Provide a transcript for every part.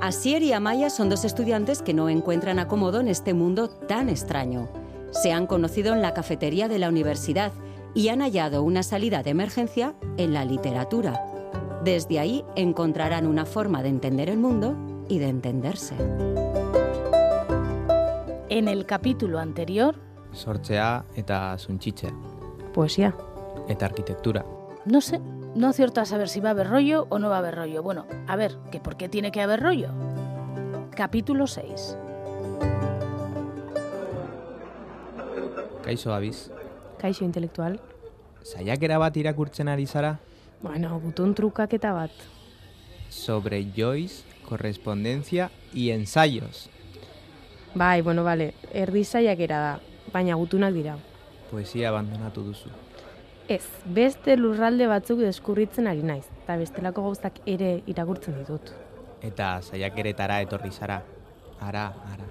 Asier y Amaya son dos estudiantes que no encuentran acomodo en este mundo tan extraño. Se han conocido en la cafetería de la universidad y han hallado una salida de emergencia en la literatura. Desde ahí encontrarán una forma de entender el mundo y de entenderse. En el capítulo anterior, sortzea eta zuntxitzea, Poesía. eta arkitektura. no sé, no acierto a saber si va a haber rollo o no va a haber rollo. Bueno, a ver, que por qué tiene que haber rollo. Capítulo 6. Kaixo abiz, Kaixo intelektual. saiakera bat irakurtzen ari zara, Bueno, gutun trukaketa bat. sobre Joyce, correspondencia y ensayos. Bai, bueno, bale, erdi saiakera da, baina gutunak dira. Poesia abandonatu duzu. Ez, beste lurralde batzuk deskurritzen ari naiz, eta bestelako gauzak ere irakurtzen ditut. Eta saiakeretara etorri zara. Ara, ara.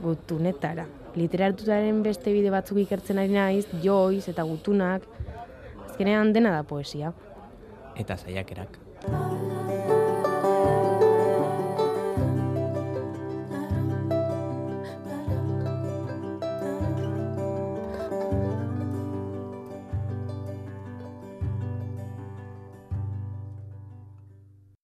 Gutunetara. Literatutaren beste bide batzuk ikertzen ari naiz, joiz eta gutunak. Azkenean dena da poesia. Eta saiakerak.